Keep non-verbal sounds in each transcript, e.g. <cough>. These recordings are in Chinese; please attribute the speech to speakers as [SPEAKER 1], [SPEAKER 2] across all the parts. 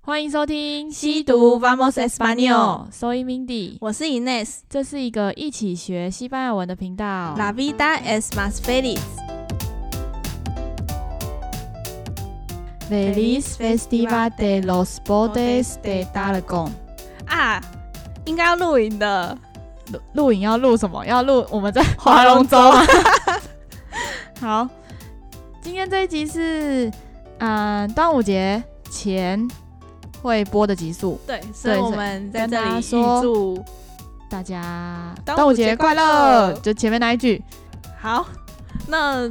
[SPEAKER 1] 欢迎收听《
[SPEAKER 2] 西毒 Vamos Español》
[SPEAKER 1] ，Soy Mindy，
[SPEAKER 2] 我是 Ines。
[SPEAKER 1] 这是一个一起学西班牙文的频道。
[SPEAKER 2] La vida es más feliz。
[SPEAKER 1] Feliz Festival de los Bodes de Tarragón。
[SPEAKER 2] 啊，应该要录影的。
[SPEAKER 1] 录录影要录什么？要录我们在
[SPEAKER 2] 划龙舟
[SPEAKER 1] 吗？ <laughs> 好，今天这一集是嗯端午节前会播的集数，
[SPEAKER 2] 对，所以我们在这里
[SPEAKER 1] 跟大
[SPEAKER 2] 预
[SPEAKER 1] 家
[SPEAKER 2] 祝
[SPEAKER 1] 大家
[SPEAKER 2] 端午
[SPEAKER 1] 端午
[SPEAKER 2] 节
[SPEAKER 1] 节快
[SPEAKER 2] 快
[SPEAKER 1] 乐！
[SPEAKER 2] 乐
[SPEAKER 1] 就前面那一句，
[SPEAKER 2] 好。那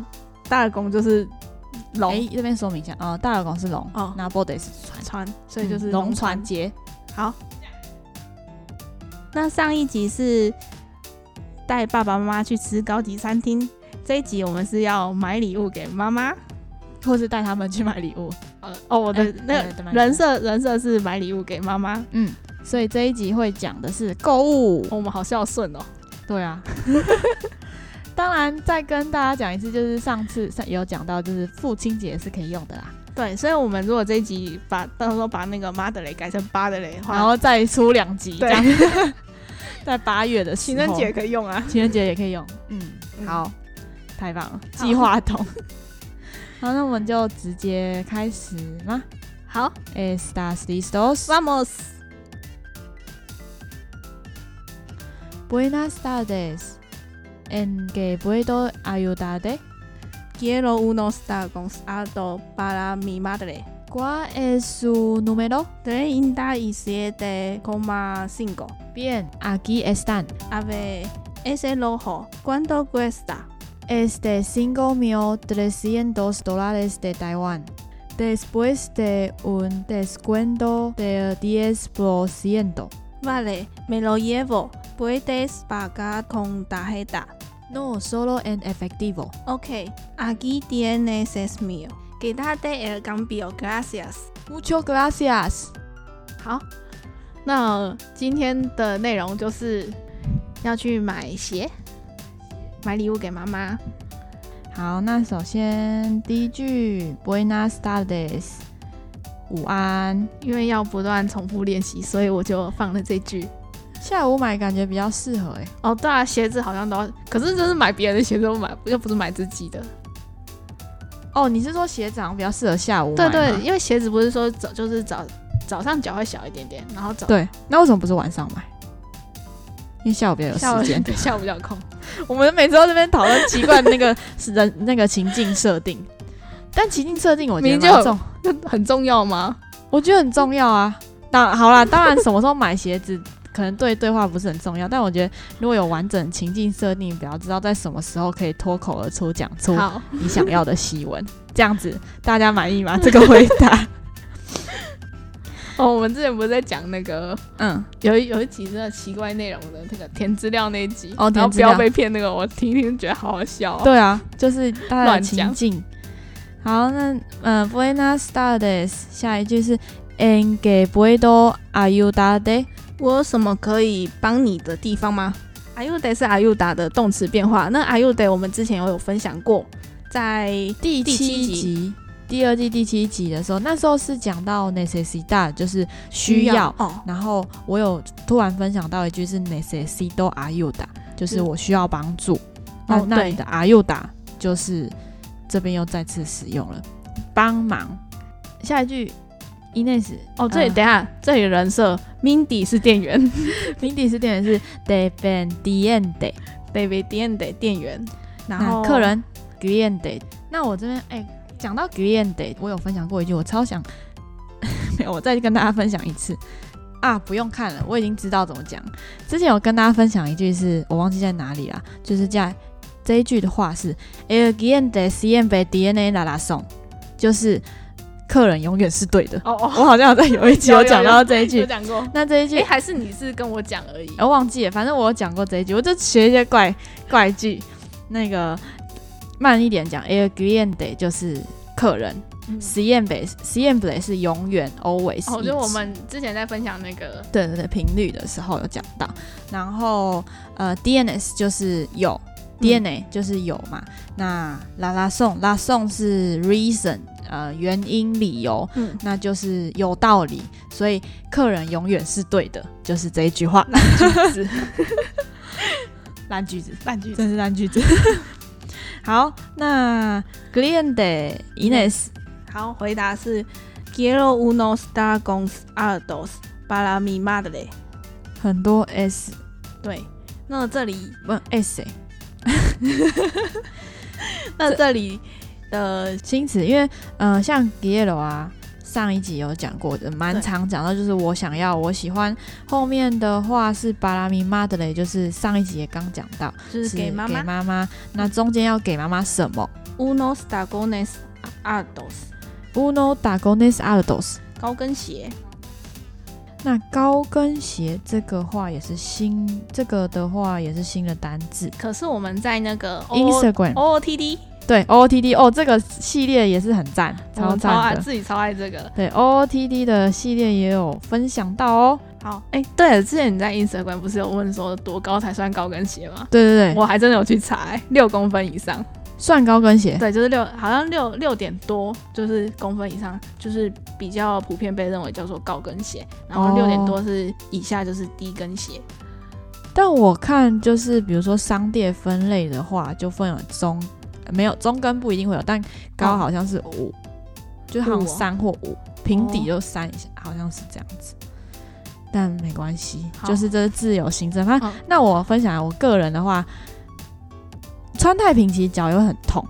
[SPEAKER 2] 大耳公就是
[SPEAKER 1] 哎、
[SPEAKER 2] 龙
[SPEAKER 1] 这边说明一下，呃，大耳公是龙，
[SPEAKER 2] 哦
[SPEAKER 1] 那 body 是船，
[SPEAKER 2] 船，所以就是
[SPEAKER 1] 嗯龙船。节。
[SPEAKER 2] 好。那上一集是带爸爸妈妈去吃高级餐厅，这一集我们是要买礼物给妈妈。
[SPEAKER 1] 或是带他们去买礼物。
[SPEAKER 2] 哦，我的
[SPEAKER 1] 哎
[SPEAKER 2] 那
[SPEAKER 1] 对对
[SPEAKER 2] 个
[SPEAKER 1] 对
[SPEAKER 2] 人设人设是买礼物给妈妈，
[SPEAKER 1] 嗯，所以这一集会讲的是购物。
[SPEAKER 2] 我们好孝顺哦。
[SPEAKER 1] 对啊。 <laughs> 当然，再跟大家讲一次，就是上次上有讲到，就是父亲节是可以用的啦，
[SPEAKER 2] 对，所以我们如果这一集把到时候把那个妈的雷改成巴的雷的
[SPEAKER 1] 然
[SPEAKER 2] 话，
[SPEAKER 1] 后再出两集这
[SPEAKER 2] 对
[SPEAKER 1] 样。 <laughs> 在八月的时
[SPEAKER 2] 情
[SPEAKER 1] 候
[SPEAKER 2] 人节，可以用啊。
[SPEAKER 1] 情人节也可以用。嗯，
[SPEAKER 2] 嗯
[SPEAKER 1] 好，太棒了，
[SPEAKER 2] 好
[SPEAKER 1] 计划懂。 <laughs> 好，那我们就直接开始吗
[SPEAKER 2] 好
[SPEAKER 1] ？Estas listos？
[SPEAKER 2] ，vamos。
[SPEAKER 1] Buenas tardes. ¿En qué puedo ayudarte?
[SPEAKER 2] Quiero unos tacos alto para mi madre.
[SPEAKER 1] ¿Cuál es su número?
[SPEAKER 2] Treinta y siete coma cinco.
[SPEAKER 1] Bien, aquí están.
[SPEAKER 2] A ver, ese rojo, ¿cuánto cuesta?
[SPEAKER 1] Es de 5.300 dólares de Taiwán. Después de un descuento del 10%.
[SPEAKER 2] Vale, me lo llevo. Puedes pagar con tarjeta.
[SPEAKER 1] No solo en efectivo.
[SPEAKER 2] Ok, aquí tienes es mío. Quédate el cambio, gracias.
[SPEAKER 1] Muchas gracias.
[SPEAKER 2] 好，那今天的内容就是要去买鞋，买礼物给妈妈。
[SPEAKER 1] 好，那首先第一句 Buenas tardes，午安。
[SPEAKER 2] 因为要不断重复练习，所以我就放了这句。
[SPEAKER 1] 下午买感觉比较适合诶。
[SPEAKER 2] 哦，对啊，鞋子好像都要，可是这是买别人的鞋子，我买又不是买自己的。
[SPEAKER 1] 哦，你是说鞋子好像比较适合下午
[SPEAKER 2] 对
[SPEAKER 1] 买
[SPEAKER 2] 对
[SPEAKER 1] 吗，
[SPEAKER 2] 因为鞋子不是说早就是早早上脚会小一点点，然后早
[SPEAKER 1] 对，那为什么不是晚上买？因为下午比较有
[SPEAKER 2] 下午。
[SPEAKER 1] 时间
[SPEAKER 2] 对下午比较空。
[SPEAKER 1] <laughs>
[SPEAKER 2] <laughs>
[SPEAKER 1] 我们每次都这边讨论奇怪的那 <laughs> 个是人那个情境设定，但情境设定我觉
[SPEAKER 2] 明
[SPEAKER 1] 得
[SPEAKER 2] 明
[SPEAKER 1] 蛮
[SPEAKER 2] 就很
[SPEAKER 1] 重，
[SPEAKER 2] 很重要吗？
[SPEAKER 1] 我觉得很重要啊。那好啦，当然什么时候买鞋子可能对对话不是很重要，但我觉得如果有完整情境设定，比较知道在什么时候可以脱口而出讲出
[SPEAKER 2] 好，
[SPEAKER 1] 你想要的西文，这样子大家满意吗？这个回 <laughs> 答，
[SPEAKER 2] 哦，我们之前不是在讲那个
[SPEAKER 1] 嗯，
[SPEAKER 2] 有一有一集真的奇怪内容的那个填资料那一集，
[SPEAKER 1] 哦填
[SPEAKER 2] 然后
[SPEAKER 1] 资
[SPEAKER 2] 不要
[SPEAKER 1] 料
[SPEAKER 2] 被骗那个，我听一听觉得好好笑、哦。
[SPEAKER 1] 对啊，就是大家的
[SPEAKER 2] 乱
[SPEAKER 1] 情
[SPEAKER 2] 讲
[SPEAKER 1] 境。好，那嗯、呃、，Buenas tardes，下一句是 En que puedo ayudarte？
[SPEAKER 2] 我有什么可以帮你的地方吗？ayuda 是 ayuda 的动词变化，那 ayuda 我们之前有有分享过，在
[SPEAKER 1] 第
[SPEAKER 2] 第
[SPEAKER 1] 七
[SPEAKER 2] 七集
[SPEAKER 1] 集，第二季第七集的时候，那时候是讲到 necesidad，就是需要。
[SPEAKER 2] 哦，
[SPEAKER 1] 然后我有突然分享到一句是 necesito ayuda，就是
[SPEAKER 2] 嗯
[SPEAKER 1] 我需要帮助。那、
[SPEAKER 2] 哦
[SPEAKER 1] 那
[SPEAKER 2] 对
[SPEAKER 1] 你的 ayuda 就是这边又再次使用了，帮忙。下一句 Ines
[SPEAKER 2] 哦，这里、
[SPEAKER 1] 嗯
[SPEAKER 2] 等一下，这里人设 Mindy 是店员
[SPEAKER 1] 名底是店员是 dependiente，
[SPEAKER 2] ，David 店的店员，然
[SPEAKER 1] 那
[SPEAKER 2] 后
[SPEAKER 1] 客人 cliente。那我这边哎，讲、到 cliente，我有分享过一句，我超想， <laughs> 没有，我再跟大家分享一次啊，不用看了，我已经知道怎么讲。之前有跟大家分享一句是，我忘记在哪里啦，就是在这一句的话是 el cliente siempre tiene la razón，就是客人永远是对的。
[SPEAKER 2] 哦
[SPEAKER 1] <laughs>
[SPEAKER 2] 哦，
[SPEAKER 1] 我好像有在有一集
[SPEAKER 2] 有
[SPEAKER 1] 有
[SPEAKER 2] 有
[SPEAKER 1] 讲到这一
[SPEAKER 2] 有
[SPEAKER 1] 句，哦
[SPEAKER 2] 讲过，
[SPEAKER 1] 那这一句
[SPEAKER 2] 诶，还是你是跟我讲而已。
[SPEAKER 1] 我忘记了，反正我有讲过这一句，我就学一些怪怪句。那个慢一点讲，el cliente 就是客人
[SPEAKER 2] 嗯
[SPEAKER 1] ，siempre siempre 是永远，always 一直。
[SPEAKER 2] 哦，就我们之前在分享那个
[SPEAKER 1] 对对对频率的时候有讲到，然后呃 DNS 就是有，
[SPEAKER 2] 嗯
[SPEAKER 1] DNA 就是有嘛，那拉拉送拉送是 reason，呃，原因理由，
[SPEAKER 2] 嗯，
[SPEAKER 1] 那就是有道理，所以客人永远是对的，就是这一句话。
[SPEAKER 2] 烂句子，
[SPEAKER 1] 烂句子，
[SPEAKER 2] 烂句子。
[SPEAKER 1] 真是烂句子。 <laughs> 好，那 cliente Ines，
[SPEAKER 2] 好，回答是 Quiero unos tacos altos para mi madre。
[SPEAKER 1] 很多 s
[SPEAKER 2] 对，那这 <laughs> 里
[SPEAKER 1] 不 s 欸
[SPEAKER 2] 那这里的
[SPEAKER 1] 新词，因为呃，像 g i e l o 啊，上一集有讲过的，蛮
[SPEAKER 2] 对
[SPEAKER 1] 常讲到，就是我想要，我喜欢。后面的话是巴拉米妈的嘞，就是上一集也刚讲到，
[SPEAKER 2] 就是给妈
[SPEAKER 1] 给
[SPEAKER 2] 妈
[SPEAKER 1] 妈妈。那中间要给妈妈什么
[SPEAKER 2] unos tacones altos
[SPEAKER 1] ？Uno tacones altos。
[SPEAKER 2] 高跟鞋。
[SPEAKER 1] 那高跟鞋这个话也是新，这个的话也是新的单字。
[SPEAKER 2] 可是我们在那个 O
[SPEAKER 1] Instagram
[SPEAKER 2] O T D
[SPEAKER 1] 对 O O T D 哦，这个系列也是很赞，超
[SPEAKER 2] 超爱
[SPEAKER 1] 赞的。
[SPEAKER 2] 自己超爱这个。
[SPEAKER 1] 对 O O T D 的系列也有分享到哦。
[SPEAKER 2] 好，哎、对了，之前你在 Instagram 不是有问说多高才算高跟鞋吗？
[SPEAKER 1] 对对对，
[SPEAKER 2] 我还真的有去查、哎六公分以上，
[SPEAKER 1] 算高跟鞋。
[SPEAKER 2] 对，就是六，好像六六点多，就是公分以上，就是比较普遍被认为叫做高跟鞋，然后
[SPEAKER 1] 哦
[SPEAKER 2] 六点多是以下就是低跟鞋，嗯
[SPEAKER 1] 但我看就是比如说商店分类的话，就分有中，没有中跟不一定会有，但高
[SPEAKER 2] 哦
[SPEAKER 1] 好像是五、就好
[SPEAKER 2] 五
[SPEAKER 1] 像
[SPEAKER 2] 哦
[SPEAKER 1] 三或五、平底
[SPEAKER 2] 哦
[SPEAKER 1] 就三以下，好像是这样子。但没关系，
[SPEAKER 2] 好
[SPEAKER 1] 就是这是自由行政。反正、
[SPEAKER 2] 嗯
[SPEAKER 1] 那我分享我个人的话，穿太平其实脚又很痛，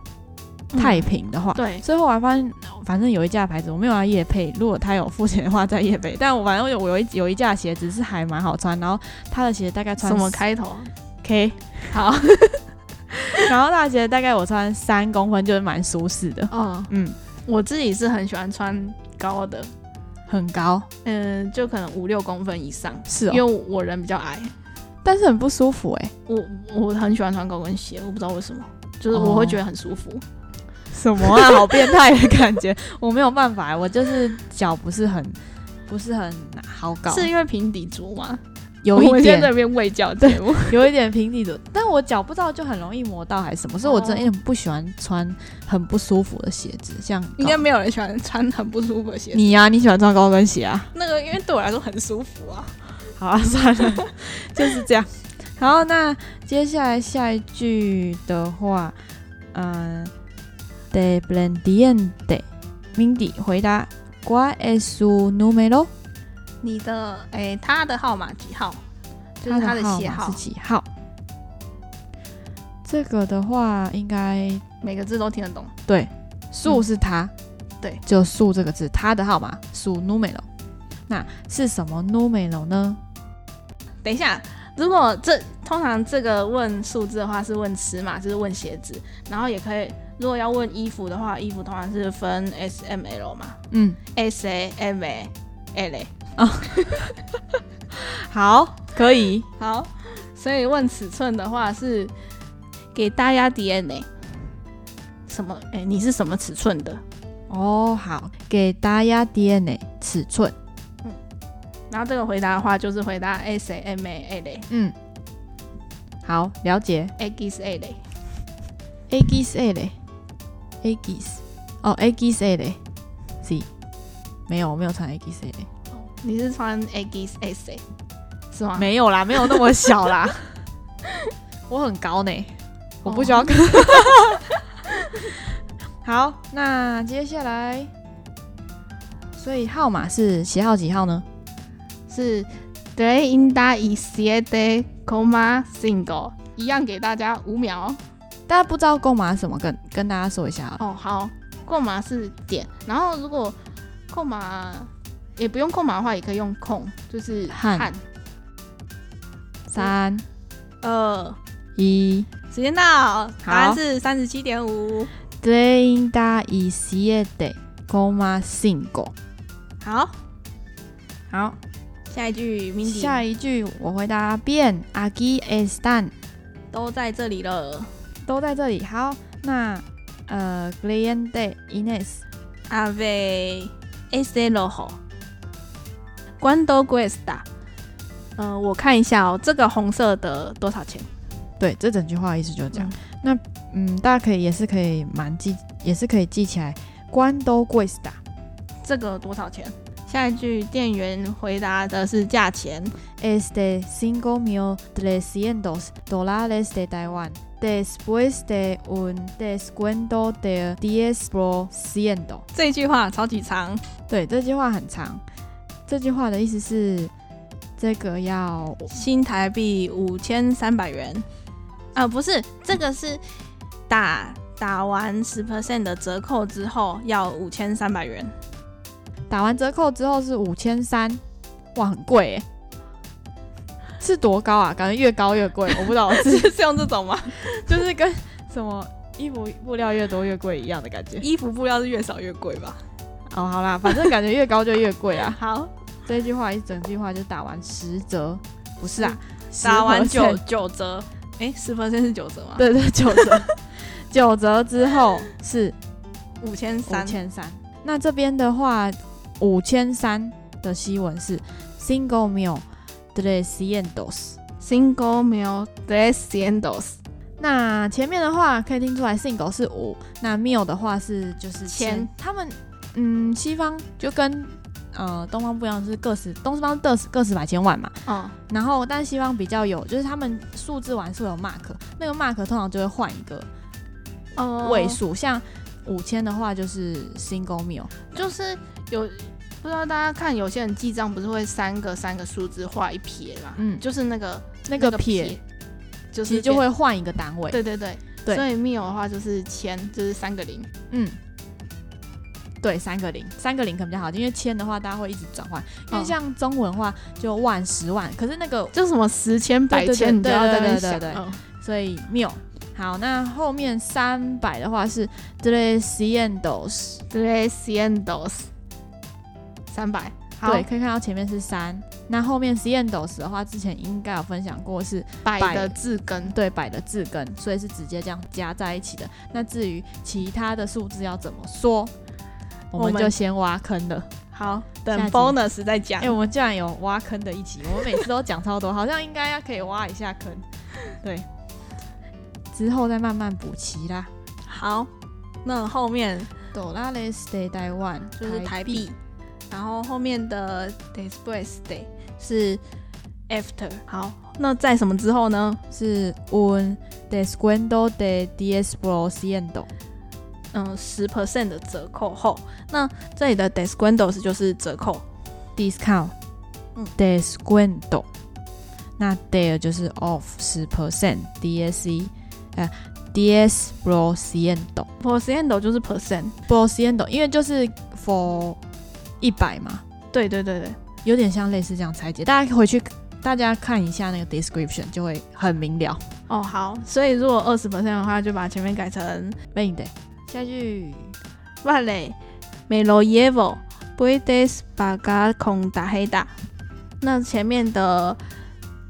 [SPEAKER 1] 太
[SPEAKER 2] 嗯
[SPEAKER 1] 平的话。
[SPEAKER 2] 对，
[SPEAKER 1] 所以后来发现，反正有一架牌子我没有要夜配，如果他有付钱的话再夜配。但我反正有我有一有一架鞋子是还蛮好穿，然后他的鞋大概穿
[SPEAKER 2] 什么开头？
[SPEAKER 1] K，
[SPEAKER 2] 好，
[SPEAKER 1] 然后大鞋大概我穿三公分就是蛮舒适的，
[SPEAKER 2] 嗯，
[SPEAKER 1] 嗯，
[SPEAKER 2] <laughs> 我自己是很喜欢穿高的，
[SPEAKER 1] 很高，
[SPEAKER 2] 嗯、就可能五六公分以上，
[SPEAKER 1] 是
[SPEAKER 2] 因为
[SPEAKER 1] 哦，
[SPEAKER 2] 我人比较矮，
[SPEAKER 1] <laughs> 但是很不舒服哎、
[SPEAKER 2] 我我很喜欢穿高跟鞋，我不知道为什么，就是我会觉得很舒
[SPEAKER 1] 哦
[SPEAKER 2] 服。
[SPEAKER 1] 什么啊，好变态的感觉，我没有 <laughs> 办法、我就是脚不是很不是很好搞，
[SPEAKER 2] 是因为平底足吗？
[SPEAKER 1] 有
[SPEAKER 2] 我
[SPEAKER 1] 一
[SPEAKER 2] 们现在在
[SPEAKER 1] 点
[SPEAKER 2] 那边喂教节目，
[SPEAKER 1] <laughs> 有一点平底的，但我脚不知道就很容易磨到还是什么，所以我真的有点不喜欢穿很不舒服的鞋啊子，像
[SPEAKER 2] 应该没有人喜欢穿很不舒服的鞋。
[SPEAKER 1] 你呀、你喜欢穿高跟鞋啊？
[SPEAKER 2] 那个因为对我来说很舒服啊。
[SPEAKER 1] 好啊， <laughs> 算了，就是这样。好，那接下来下一句的话，嗯、d e b l e n d i e n d e Mindy 回答，¿Cuál es su número？
[SPEAKER 2] 你的诶、他的号码几号？就是他的
[SPEAKER 1] 号
[SPEAKER 2] 鞋
[SPEAKER 1] 码
[SPEAKER 2] 号
[SPEAKER 1] 是，几号？这个的话应该
[SPEAKER 2] 每个字都听得懂。
[SPEAKER 1] 对，数是他，
[SPEAKER 2] 对，
[SPEAKER 1] 就数这个字，他的号码数 numero。那是什么 numero 呢？
[SPEAKER 2] 等一下，如果这通常这个问数字的话是问尺码，就是问鞋子，然后也可以。如果要问衣服的话，衣服通常是分 S、M、L 嘛
[SPEAKER 1] 嗯，
[SPEAKER 2] ，S A、M A、L A。
[SPEAKER 1] 好，可以。
[SPEAKER 2] 好，所以问尺寸的话是给大家 DNA 什么？哎、你是什么尺寸的？
[SPEAKER 1] 哦，好，给大家 DNA 尺寸，
[SPEAKER 2] 然后这个回答的话就是回答 S A M A 类
[SPEAKER 1] 嗯，好，了解。
[SPEAKER 2] X A 类，
[SPEAKER 1] A G S A 嘞，A G S，哦，A G S A 嘞，C，没有，我没有穿 A G S A 嘞，
[SPEAKER 2] 你是穿 X S A 是吗？
[SPEAKER 1] <laughs> 没有啦，没有那么小啦，我很高呢，我不需要看。 <laughs> 好，那接下来，所以号码是几号几号呢？
[SPEAKER 2] 是 Day in da i s i e de coma single，一样给大家五秒
[SPEAKER 1] 大家不知道公码是什么，跟跟大家说一下好了。
[SPEAKER 2] 哦。好，扣码是点，然后如果扣码也不用扣码的话，也可以用空，就是
[SPEAKER 1] 汉
[SPEAKER 2] 汉
[SPEAKER 1] 三
[SPEAKER 2] 呃。
[SPEAKER 1] 一。
[SPEAKER 2] 时间到，答
[SPEAKER 1] 好
[SPEAKER 2] 案是三十七点五。
[SPEAKER 1] 37 coma 5。
[SPEAKER 2] 好，
[SPEAKER 1] 好，
[SPEAKER 2] 下一句 m i n d
[SPEAKER 1] 下一句我回答变 aquí están
[SPEAKER 2] 都在这里了。
[SPEAKER 1] 都在这里。好，那呃 cliente Ines
[SPEAKER 2] Ave ese rojo。Cuando cuesta？呃，我看一下哦，这个红色的多少钱？
[SPEAKER 1] 对，这整句话的意思就是这样。
[SPEAKER 2] 嗯
[SPEAKER 1] 那嗯，大家可以也是可以蛮记，也是可以记起来。关都贵死打，
[SPEAKER 2] 这个多少钱？下一句店员回答的是价钱，
[SPEAKER 1] este cinco mil trescientos dólares de Taiwán después de un descuento de diez por ciento。
[SPEAKER 2] 这句话超级长，
[SPEAKER 1] 对，这句话很长。这句话的意思是，这个要
[SPEAKER 2] 新台币五千三百元。啊、不是，这个是打打完十 percent 的折扣之后要五千三百元。 <laughs>
[SPEAKER 1] 打完折扣之后是五千三，哇，很贵哎。是多高啊？感觉越高越贵，我不知道，是
[SPEAKER 2] 是用这种吗？
[SPEAKER 1] 就是跟什么衣服布料越多越贵一样的感觉。
[SPEAKER 2] 衣服布料是越少越贵吧？
[SPEAKER 1] 哦，好啦，反正感觉越高就越贵
[SPEAKER 2] <laughs>
[SPEAKER 1] 啊。
[SPEAKER 2] 好，
[SPEAKER 1] 这句话一整句话就打完十折，不是啊，
[SPEAKER 2] 嗯打完
[SPEAKER 1] 10%
[SPEAKER 2] 九，九折，哎、十 percent 是九折吗？，
[SPEAKER 1] 对对，九
[SPEAKER 2] <laughs>
[SPEAKER 1] 折，九折之后是
[SPEAKER 2] 五千
[SPEAKER 1] 五
[SPEAKER 2] 三。
[SPEAKER 1] 千三。那这边的话，五千三的西文是 single meal trescientos。
[SPEAKER 2] Single meal trescientos，
[SPEAKER 1] 那前面的话可以听出来，single 是五，那 meal 的话是就是
[SPEAKER 2] 千
[SPEAKER 1] 千。他们嗯，西方就跟呃东方不一样，是个十，东方个十个十百千万嘛。
[SPEAKER 2] 嗯，
[SPEAKER 1] 然后但西方比较有，就是他们数字完是有 mark，那个 mark 通常就会换一个
[SPEAKER 2] 哦
[SPEAKER 1] 位数，像五千的话就是 single meal，
[SPEAKER 2] 就是有不知道大家看有些人记账不是会三个三个数字画一撇嘛？
[SPEAKER 1] 嗯
[SPEAKER 2] 就是那个
[SPEAKER 1] 那个撇，
[SPEAKER 2] 就
[SPEAKER 1] 其
[SPEAKER 2] 是
[SPEAKER 1] 实就
[SPEAKER 2] 变
[SPEAKER 1] 会换一个单位。
[SPEAKER 2] 对对对
[SPEAKER 1] 对
[SPEAKER 2] 所以 meal 的话就是千，就是三个零。
[SPEAKER 1] 嗯，对，三个零，三个零可能比较好，因为千的话大家会一直转换，因为
[SPEAKER 2] 嗯
[SPEAKER 1] 像中文的话就万十万，可是那个
[SPEAKER 2] 就什么十千百
[SPEAKER 1] 对对对
[SPEAKER 2] 千，你就要在那边
[SPEAKER 1] 对对
[SPEAKER 2] 想。
[SPEAKER 1] 对对
[SPEAKER 2] 嗯
[SPEAKER 1] 所以 meal。好，那后面三百的话是 trescientos，
[SPEAKER 2] trescientos，三百。好
[SPEAKER 1] 对，，可以看到前面是三，那后面 cientos 的话，之前应该有分享过是
[SPEAKER 2] 百
[SPEAKER 1] 百
[SPEAKER 2] 的字根
[SPEAKER 1] 对百的字根，所以是直接这样加在一起的。那至于其他的数字要怎么说，我
[SPEAKER 2] 我
[SPEAKER 1] 们
[SPEAKER 2] 们
[SPEAKER 1] 就先挖坑了。
[SPEAKER 2] 好，
[SPEAKER 1] 下
[SPEAKER 2] 等
[SPEAKER 1] 集
[SPEAKER 2] bonus 再讲
[SPEAKER 1] 哎、。我们居然有挖坑的一集，我们每次都讲超多，好像应该要可以挖一下坑。对，之后再慢慢补齐啦。
[SPEAKER 2] 好，那后面
[SPEAKER 1] Dolares de Taiwan
[SPEAKER 2] 就是台币，然后后面的 después day 是 after。好，那在什么之后呢？
[SPEAKER 1] 是 un descuento de diez por ciento。
[SPEAKER 2] 嗯，十 percent 的折扣后，那这里的 descuentos 就是折扣。
[SPEAKER 1] discount，
[SPEAKER 2] 嗯
[SPEAKER 1] d e s c u e n t o 那 there 就是 off 十 percent，D S E，呃，D S pro ciento
[SPEAKER 2] percento 就是 percent。
[SPEAKER 1] pro ciento，因为就是 for 一百嘛，
[SPEAKER 2] 对对对对，
[SPEAKER 1] 有点像类似这样拆解，大家回去大家看一下那个 description 就会很明了。
[SPEAKER 2] 哦好，所以如果二十 percent 的话，就把前面改成
[SPEAKER 1] v e n d 下去
[SPEAKER 2] vale me lo llevo puedes pagar con tarjeta。那前面的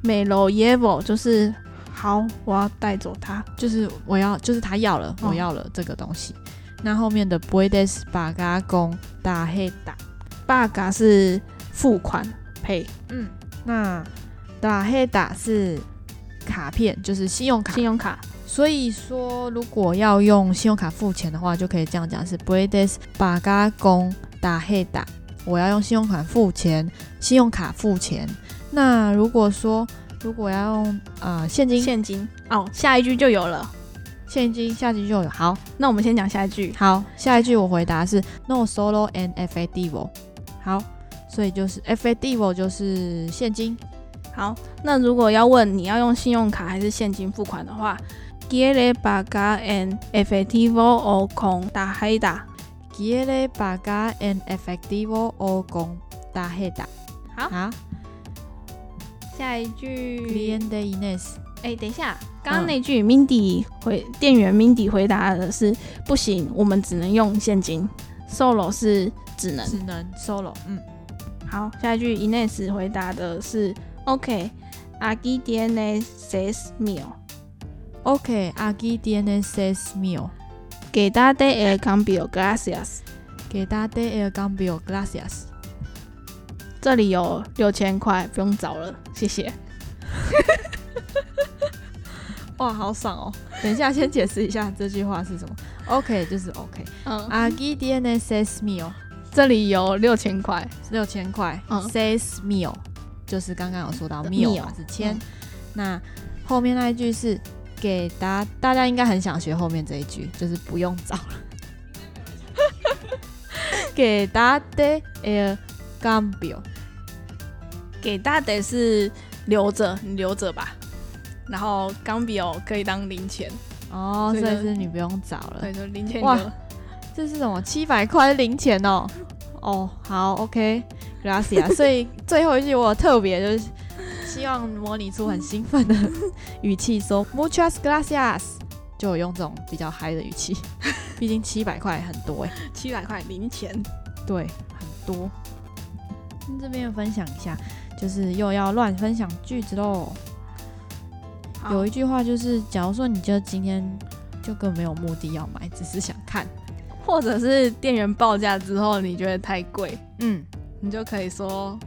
[SPEAKER 2] me lo llevo 就是好，我要带走它。
[SPEAKER 1] 就是我要，就是他要了，
[SPEAKER 2] 嗯
[SPEAKER 1] 我要了这个东西。那后面的 puedes pagar con tarjeta。
[SPEAKER 2] bug 是付款赔
[SPEAKER 1] 嗯，那打黑打是卡片，就是信用卡
[SPEAKER 2] 信。用卡
[SPEAKER 1] 所以说，如果要用信用卡付钱的话，就可以这样讲：是 Bredes Baga 工打黑打。我要用信用卡付钱，信用卡付钱。那如果说如果要用呃现金，
[SPEAKER 2] 现金哦，下一句就有了。
[SPEAKER 1] 现金下集就有。好，
[SPEAKER 2] 那我们先讲下一句，
[SPEAKER 1] 好，下一句我回答是 No solo and FADIVO。好，所以就是 FADIVO 就是现金。
[SPEAKER 2] 好，那如果要问你要用信用卡还是现金付款的话，quiere pagar en efectivo o con tarjeta。
[SPEAKER 1] Quiere pagar en efectivo o con tarjeta。
[SPEAKER 2] 好
[SPEAKER 1] 好
[SPEAKER 2] 下一句，
[SPEAKER 1] ，Cliente Inés。
[SPEAKER 2] 哎，等一下，刚刚那句 Mindy 回店员 Mindy 回答的是不行，我们只能用现金，solo 是只能。
[SPEAKER 1] 只能 solo。嗯，
[SPEAKER 2] 好，下一句 Ines 回答的是 OK，aquí tienes seis mil。
[SPEAKER 1] OK。Aquí tienes seis mil.
[SPEAKER 2] Quédate el cambio, gracias。
[SPEAKER 1] Quédate el cambio, gracias。
[SPEAKER 2] 这里有六千块，不用找了，谢谢。
[SPEAKER 1] 哇，好爽哦！等一下，先解释一下这句话是什么。OK，就是 OK。
[SPEAKER 2] 嗯，啊，
[SPEAKER 1] 阿基 DNA says meal
[SPEAKER 2] 这里有六千块，
[SPEAKER 1] 六千块、
[SPEAKER 2] 嗯
[SPEAKER 1] says meal 就是刚刚有说到
[SPEAKER 2] meal，
[SPEAKER 1] meal 嘛是千、
[SPEAKER 2] 嗯
[SPEAKER 1] 那后面那一句是给大家，大家应该很想学后面这一句，就是不用找了。 <laughs> 给大家 air cambio
[SPEAKER 2] 给大得是留着，你留着吧。然后钢笔哦可以当零钱，
[SPEAKER 1] 哦，
[SPEAKER 2] 这
[SPEAKER 1] 所
[SPEAKER 2] 个
[SPEAKER 1] 以是你不用找了。
[SPEAKER 2] 对，就零钱一
[SPEAKER 1] 哇
[SPEAKER 2] 个。
[SPEAKER 1] 这是什么？七百块零钱哦。哦，好，OK，gracias。所以最后一句我特别就是希望模拟出很兴奋的语气说 muchas gracias，就有用这种比较嗨的语气。 <laughs> 毕竟七百块很多哎、
[SPEAKER 2] 七百块零钱，
[SPEAKER 1] 对，很多。这边分享一下，就是又要乱分享句子喽。
[SPEAKER 2] 好
[SPEAKER 1] 有一句话就是，假如说你就今天就更没有目的要买，只是想看，
[SPEAKER 2] 或者是店员报价之后你觉得太贵，
[SPEAKER 1] 嗯
[SPEAKER 2] 你就可以说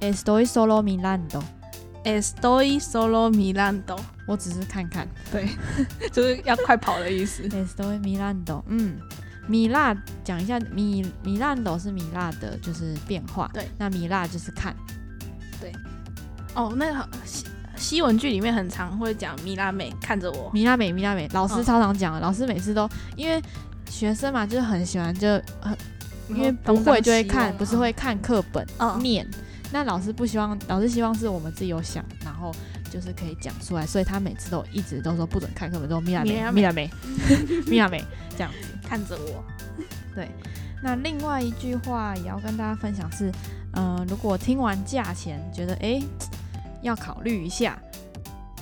[SPEAKER 1] ，estoy solo mirando。
[SPEAKER 2] estoy solo mirando，
[SPEAKER 1] 我只是看看。。
[SPEAKER 2] <laughs> 就是要快跑的意思
[SPEAKER 1] Estoy mirando，嗯，米辣讲一下，米米烂斗是米辣的，就是变化。
[SPEAKER 2] 对，
[SPEAKER 1] 那米辣就是看。
[SPEAKER 2] <laughs> 哦，那个西西文剧里面很常会讲米拉美看着我，
[SPEAKER 1] 米辣美，米辣美，老师
[SPEAKER 2] 嗯
[SPEAKER 1] 超常讲的，老师每次都因为学生嘛，就是很喜欢就很因为
[SPEAKER 2] 然
[SPEAKER 1] 不
[SPEAKER 2] 后东张
[SPEAKER 1] 会就会
[SPEAKER 2] 西
[SPEAKER 1] 看，
[SPEAKER 2] 望
[SPEAKER 1] 不是会看课本、
[SPEAKER 2] 嗯
[SPEAKER 1] 念。那老师不希望，老师希望是我们自己有想，然后就是可以讲出来，所以他每次都一直都说不准看课本，都米辣
[SPEAKER 2] 米
[SPEAKER 1] 美，
[SPEAKER 2] 辣
[SPEAKER 1] 米辣美，米辣美这样子。
[SPEAKER 2] 看着我，
[SPEAKER 1] 那另外一句话也要跟大家分享是，呃，如果听完价钱觉得诶要考虑一下，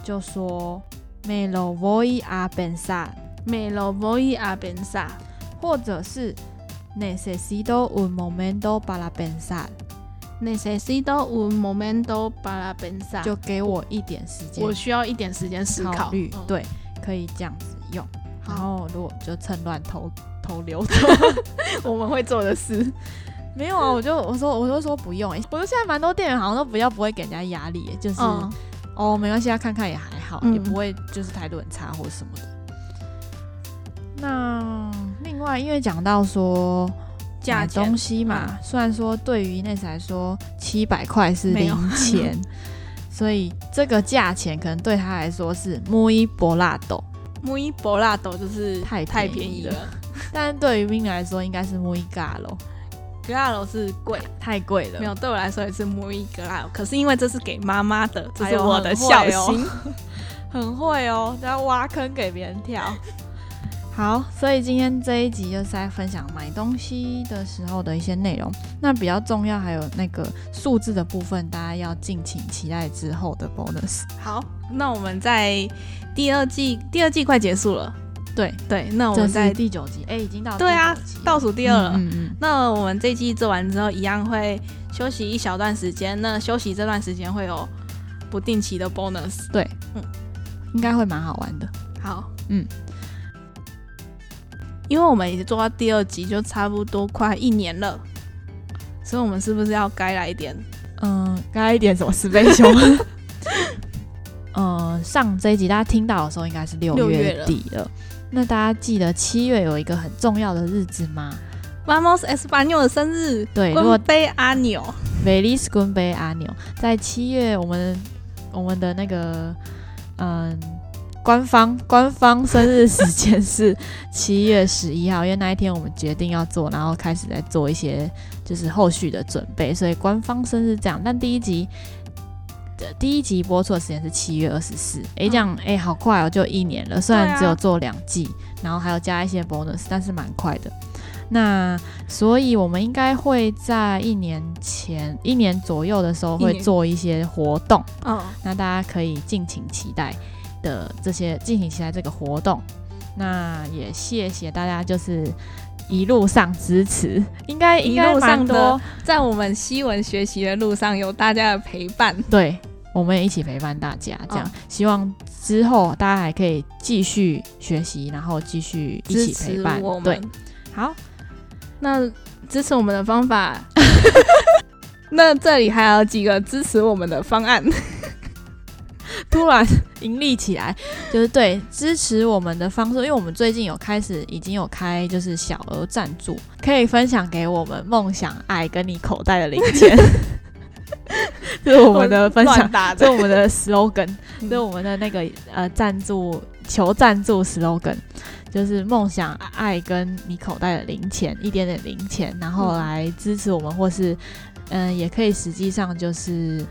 [SPEAKER 1] 就说 me lo voy a pensar，
[SPEAKER 2] me lo voy a pensar，
[SPEAKER 1] 或者是 necesito un momento para pensar，
[SPEAKER 2] necesito un momento para pensar，
[SPEAKER 1] 就给我一点时间
[SPEAKER 2] 我需要一点时间思考。
[SPEAKER 1] 考虑，
[SPEAKER 2] 嗯，
[SPEAKER 1] 对，可以这样子用。然
[SPEAKER 2] 好，
[SPEAKER 1] 后如果就趁乱投 <laughs> 投
[SPEAKER 2] <laughs>
[SPEAKER 1] 流
[SPEAKER 2] <laughs> 我们会做的事。
[SPEAKER 1] 没有啊，我就我说我就说不用、欸，我觉得现在蛮多店员好像都比较不会给人家压力、欸，就是、
[SPEAKER 2] 嗯，
[SPEAKER 1] 哦，没关系，啊，看看也还好，
[SPEAKER 2] 嗯
[SPEAKER 1] 也不会就是态度很差或什么的。那另外，因为讲到说
[SPEAKER 2] 价
[SPEAKER 1] 买
[SPEAKER 2] 钱嗯
[SPEAKER 1] 东西嘛，虽然说对于 Ines 来说七百块是
[SPEAKER 2] 没
[SPEAKER 1] 零
[SPEAKER 2] 有
[SPEAKER 1] 钱，所以这个价钱可能对他来说是 muy barato，
[SPEAKER 2] muy barato 就是
[SPEAKER 1] 太
[SPEAKER 2] 太
[SPEAKER 1] 便
[SPEAKER 2] 便
[SPEAKER 1] 宜
[SPEAKER 2] 宜了
[SPEAKER 1] 但是对于 Vin 来说应该是 muy caro，
[SPEAKER 2] ，claro 是贵，
[SPEAKER 1] 太贵了。
[SPEAKER 2] 没有对我来说也是 muy claro，可是因为这是给妈妈的，这
[SPEAKER 1] 哎
[SPEAKER 2] 是
[SPEAKER 1] 呦
[SPEAKER 2] 我的孝心。，
[SPEAKER 1] <laughs> 很会哦很会哦，在挖坑给别人跳。好，所以今天这一集就是在分享买东西的时候的一些内容。那比较重要还有那个数字的部分，大家要敬请期待之后的 bonus。
[SPEAKER 2] 好，那我们在第二季，第二季快结束了，
[SPEAKER 1] 对，
[SPEAKER 2] 对，那我
[SPEAKER 1] 这
[SPEAKER 2] 们
[SPEAKER 1] 是
[SPEAKER 2] 在
[SPEAKER 1] 第九集，哎、已经到
[SPEAKER 2] 对啊
[SPEAKER 1] 第九集了
[SPEAKER 2] 倒数第二了。
[SPEAKER 1] 嗯嗯
[SPEAKER 2] 那我们这季做完之后，一样会休息一小段时间。那休息这段时间会有不定期的 bonus。
[SPEAKER 1] 嗯应该会蛮好玩的。
[SPEAKER 2] 好，
[SPEAKER 1] 嗯，
[SPEAKER 2] 因为我们已经做到第二集，就差不多快一年了，所以我们是不是要该来一点？
[SPEAKER 1] 嗯，该一点什么是非熊？嗯，上这一集大家听到的时候应该是六
[SPEAKER 2] 六月
[SPEAKER 1] 月底了。那大家记得七月有一个很重要的日子吗？
[SPEAKER 2] Vamos Español 的生日，
[SPEAKER 1] 对，如果
[SPEAKER 2] 温杯阿纽，
[SPEAKER 1] Feliz g u n b e a n 在七月，我们我们的那个嗯官方官方生日时间
[SPEAKER 2] <laughs>
[SPEAKER 1] 是七月十一号，因为那一天我们决定要做，然后开始在做一些就是后续的准备，所以官方生日这样。但第一集的第一集播出的时间是七月二十四，诶，
[SPEAKER 2] 嗯
[SPEAKER 1] 这样诶，好快哦，就一年了。虽然只
[SPEAKER 2] 对
[SPEAKER 1] 有
[SPEAKER 2] 啊
[SPEAKER 1] 做两季，然后还有加一些 bonus，但是蛮快的。那所以我们应该会在一年前、一年左右的时候
[SPEAKER 2] 一
[SPEAKER 1] 会
[SPEAKER 2] 年
[SPEAKER 1] 做一些活动，
[SPEAKER 2] 嗯，
[SPEAKER 1] 那大家可以敬请期待的这些，敬请期待这个活动。那也谢谢大家，就是一路上支持，应该应该
[SPEAKER 2] 一路上
[SPEAKER 1] 蛮
[SPEAKER 2] 的
[SPEAKER 1] 多，
[SPEAKER 2] 在我们西文学习的路上有大家的陪伴。
[SPEAKER 1] 对，我们也一起陪伴大家，这样、
[SPEAKER 2] 嗯
[SPEAKER 1] 希望之后大家还可以继续学习，然后继续一
[SPEAKER 2] 支
[SPEAKER 1] 起陪
[SPEAKER 2] 持
[SPEAKER 1] 伴
[SPEAKER 2] 我。们
[SPEAKER 1] 对，。好，
[SPEAKER 2] 那支持我们的方 <laughs> 法，那这里还有几个支持我们的方案。
[SPEAKER 1] 突然盈利起来， <laughs> 就是对支持我们的方式，因为我们最近有开始已经有开就是小额赞助，可以分享给我们梦想爱跟你口袋的零钱， <laughs> 这是我们的分享
[SPEAKER 2] 乱，打
[SPEAKER 1] 这
[SPEAKER 2] 的
[SPEAKER 1] 是我们的 slogan。
[SPEAKER 2] 嗯
[SPEAKER 1] 所以我们的那个呃赞助求赞助 slogan 就是梦想爱跟你口袋的零钱一点点零钱，然后
[SPEAKER 2] 嗯
[SPEAKER 1] 来支持我们，或是嗯、呃也可以实际上就是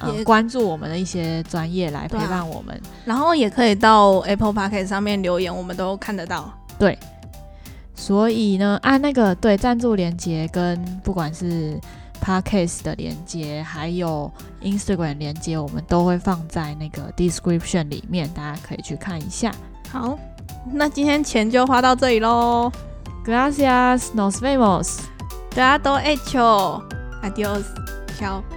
[SPEAKER 1] 呃
[SPEAKER 2] 也
[SPEAKER 1] 关注我们的一些专业来陪
[SPEAKER 2] 对啊
[SPEAKER 1] 伴我们。
[SPEAKER 2] <laughs> 然后也可以到 Apple Podcast 上面留言，我们都看得到。
[SPEAKER 1] 所以呢，按那个对赞助连接跟不管是 podcast 的连接，还有 Instagram 连接，我们都会放在那个 description 里面，大家可以去看一下。
[SPEAKER 2] 好，那今天钱就花到这里喽，
[SPEAKER 1] Gracias, nos vemos.
[SPEAKER 2] 大家都爱球，Adios，ciao。